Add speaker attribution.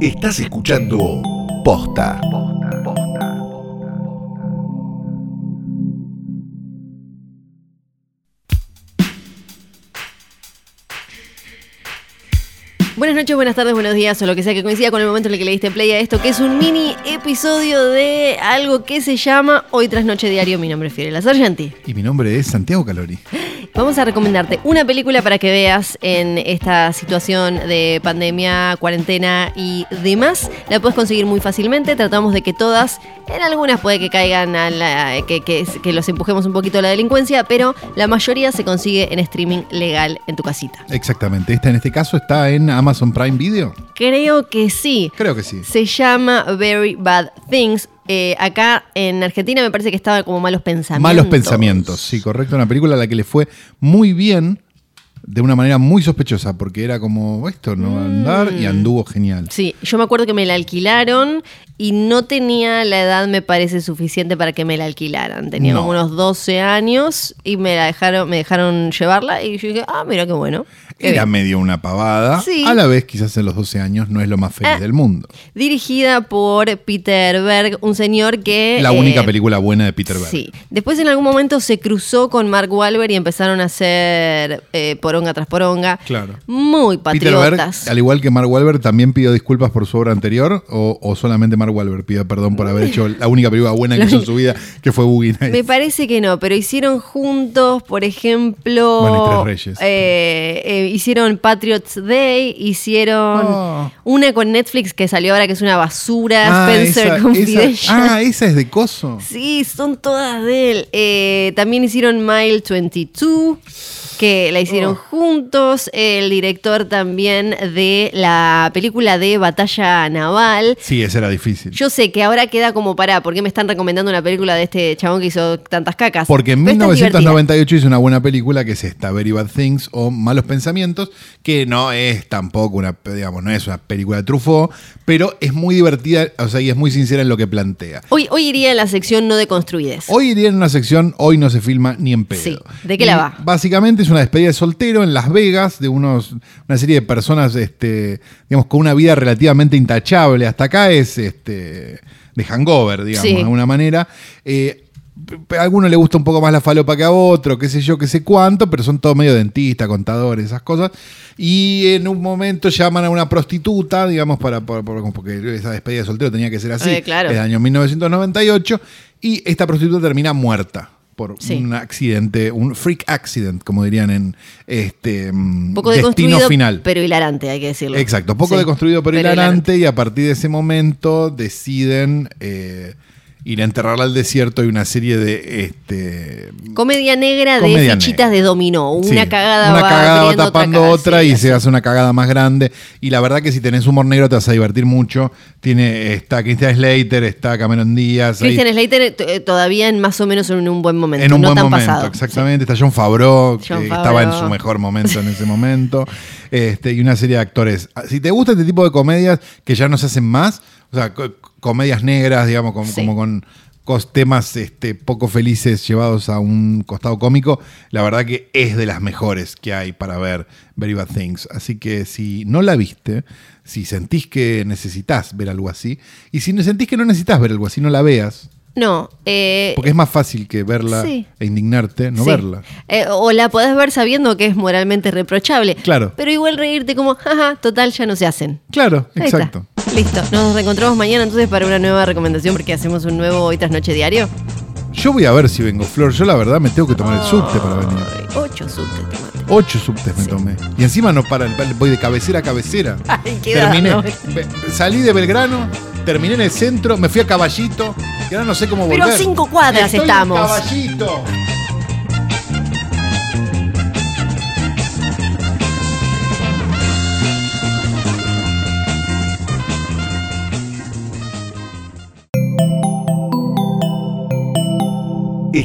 Speaker 1: Estás escuchando Posta.
Speaker 2: Buenas noches, buenas tardes, buenos días o lo que sea que coincida con el momento en el que le diste play a esto, que es un mini episodio de algo que se llama Hoy tras Noche Diario. Mi nombre es Fiorella Sargenti.
Speaker 3: Y mi nombre es Santiago Calori.
Speaker 2: Vamos a recomendarte una película para que veas en esta situación de pandemia, cuarentena y demás. La puedes conseguir muy fácilmente. Tratamos de que todas, en algunas puede que caigan a la, que, que- que los empujemos un poquito a la delincuencia, pero la mayoría se consigue en streaming legal en tu casita.
Speaker 3: Exactamente. Esta en este caso está en Amazon Prime Video.
Speaker 2: Creo que sí.
Speaker 3: Creo que sí.
Speaker 2: Se llama Very Bad Things. Eh, acá en Argentina me parece que estaba como malos pensamientos.
Speaker 3: Malos pensamientos. Sí, correcto. Una película a la que le fue muy bien de una manera muy sospechosa, porque era como esto, no
Speaker 2: Mm.
Speaker 3: va a andar y anduvo genial.
Speaker 2: Sí, yo me acuerdo que me la alquilaron y no tenía la edad, me parece, suficiente para que me la alquilaran. Tenía
Speaker 3: No.
Speaker 2: como unos 12 años y me la dejaron, me dejaron llevarla y yo dije, ah, mira qué bueno. Qué
Speaker 3: Era
Speaker 2: bien.
Speaker 3: medio una pavada.
Speaker 2: Sí.
Speaker 3: A la vez, quizás en los 12 años no es lo más feliz
Speaker 2: Ah.
Speaker 3: del mundo.
Speaker 2: Dirigida por Peter Berg, un señor que...
Speaker 3: La única
Speaker 2: eh,
Speaker 3: película buena de Peter Berg.
Speaker 2: Sí. Después en algún momento se cruzó con Mark Wahlberg y empezaron a hacer eh, poronga tras poronga.
Speaker 3: Claro.
Speaker 2: Muy
Speaker 3: Peter Berg,
Speaker 2: patriotas.
Speaker 3: al igual que Mark Wahlberg, también pidió disculpas por su obra anterior, o, o solamente Mark Wahlberg pidió perdón por haber hecho la única película buena que hizo en su vida, que fue Boogie Nights.
Speaker 2: Me parece que no, pero hicieron juntos, por ejemplo.
Speaker 3: Bueno, y Tres Reyes.
Speaker 2: eh, eh, hicieron Patriots Day, hicieron
Speaker 3: Oh.
Speaker 2: una con Netflix que salió ahora que es una basura, Spencer
Speaker 3: Ah, esa,
Speaker 2: Confidential.
Speaker 3: esa- ah, esa es de Coso.
Speaker 2: Sí, son todas de él. Eh, también hicieron Mile 22, que la hicieron
Speaker 3: Oh.
Speaker 2: juntos. El director también de la película de Batalla Naval.
Speaker 3: Sí, esa era difícil.
Speaker 2: Yo sé que ahora queda como para, ¿por qué me están recomendando una película de este chabón que hizo tantas cacas?
Speaker 3: Porque en
Speaker 2: Pero esta es divertida.
Speaker 3: 1998 hizo una buena película que es esta, Very Bad Things o Malos Pensamientos, que no es tampoco una, digamos, no es una película de Truffaut, pero es muy divertida, o sea, y es muy sincera en lo que plantea.
Speaker 2: Hoy, hoy iría en la sección no de construides.
Speaker 3: Hoy iría en una sección, hoy no se filma ni en pedo.
Speaker 2: Sí, ¿de qué la
Speaker 3: Y
Speaker 2: va?
Speaker 3: Básicamente es una despedida de soltero en Las Vegas de unos, una serie de personas, este, digamos, con una vida relativamente intachable. Hasta acá es este, de hangover, digamos,
Speaker 2: Sí.
Speaker 3: de alguna manera. Eh, a alguno le gusta un poco más la falopa que a otro, qué sé yo, qué sé cuánto, pero son todos medio dentistas, contadores, esas cosas. Y en un momento llaman a una prostituta, digamos, para, para- para- como porque esa despedida de soltero tenía que ser así.
Speaker 2: Eh, claro.
Speaker 3: Es de año 1998, y esta prostituta termina muerta por
Speaker 2: Sí.
Speaker 3: un accidente, un freak accident, como dirían en este mm,
Speaker 2: Un poco
Speaker 3: destino
Speaker 2: deconstruido,
Speaker 3: final.
Speaker 2: pero hilarante, hay que decirlo.
Speaker 3: Exacto, poco
Speaker 2: Sí,
Speaker 3: deconstruido pero,
Speaker 2: hilarante.
Speaker 3: hilarante, y a partir de ese momento deciden eh, ir a enterrarla al desierto y una serie de este
Speaker 2: Comedia negra de
Speaker 3: Comedia
Speaker 2: fichitas
Speaker 3: negra.
Speaker 2: de dominó. Una
Speaker 3: Sí,
Speaker 2: cagada
Speaker 3: una
Speaker 2: va
Speaker 3: cagada va
Speaker 2: abriendo
Speaker 3: tapando
Speaker 2: cagada.
Speaker 3: otra
Speaker 2: Sí,
Speaker 3: y
Speaker 2: así.
Speaker 3: se hace una cagada más grande. Y la verdad que si tenés humor negro te vas a divertir mucho. Tiene, está Christian Slater, está Cameron Díaz. ahí-
Speaker 2: Cristian Slater eh, t- eh, todavía en más o menos en un buen momento,
Speaker 3: En un
Speaker 2: no
Speaker 3: buen
Speaker 2: tan
Speaker 3: momento,
Speaker 2: pasado.
Speaker 3: exactamente. Está John Favreau,
Speaker 2: Jon
Speaker 3: que estaba en
Speaker 2: Favreau.
Speaker 3: su mejor momento en ese momento. Este, y una serie de actores. Si te gusta este tipo de comedias que ya no se hacen más, o sea, co- comedias negras, digamos, como,
Speaker 2: Sí.
Speaker 3: como con cos- temas este, poco felices llevados a un costado cómico, la verdad que es de las mejores que hay para ver Very Bad Things. Así que si no la viste, si sentís que necesitas ver algo así, y si sentís que no necesitas ver algo así, no la veas,
Speaker 2: No, eh,
Speaker 3: porque es más fácil que verla
Speaker 2: Sí.
Speaker 3: e indignarte, no
Speaker 2: sí.
Speaker 3: verla.
Speaker 2: Eh, o la podés ver sabiendo que es moralmente reprochable.
Speaker 3: Claro.
Speaker 2: Pero igual reírte como, jaja, total, ya no se hacen.
Speaker 3: Claro,
Speaker 2: Ahí
Speaker 3: exacto.
Speaker 2: está. Listo. Nos reencontramos mañana entonces para una nueva recomendación porque hacemos un nuevo hoy tras noche diario.
Speaker 3: Yo voy a ver si vengo, Flor. Yo la verdad me tengo que tomar el subte para venir.
Speaker 2: Ay, Ocho subtes te maté.
Speaker 3: Ocho subtes me tomé. Y encima no paran, voy de cabecera a cabecera.
Speaker 2: Ay, qué
Speaker 3: terminé.
Speaker 2: dado.
Speaker 3: Ve- Salí de Belgrano, terminé en el centro, me fui a Caballito y ahora no sé cómo
Speaker 2: Pero
Speaker 3: volver.
Speaker 2: cinco cuadras
Speaker 3: Estoy en
Speaker 2: estamos.
Speaker 3: Caballito.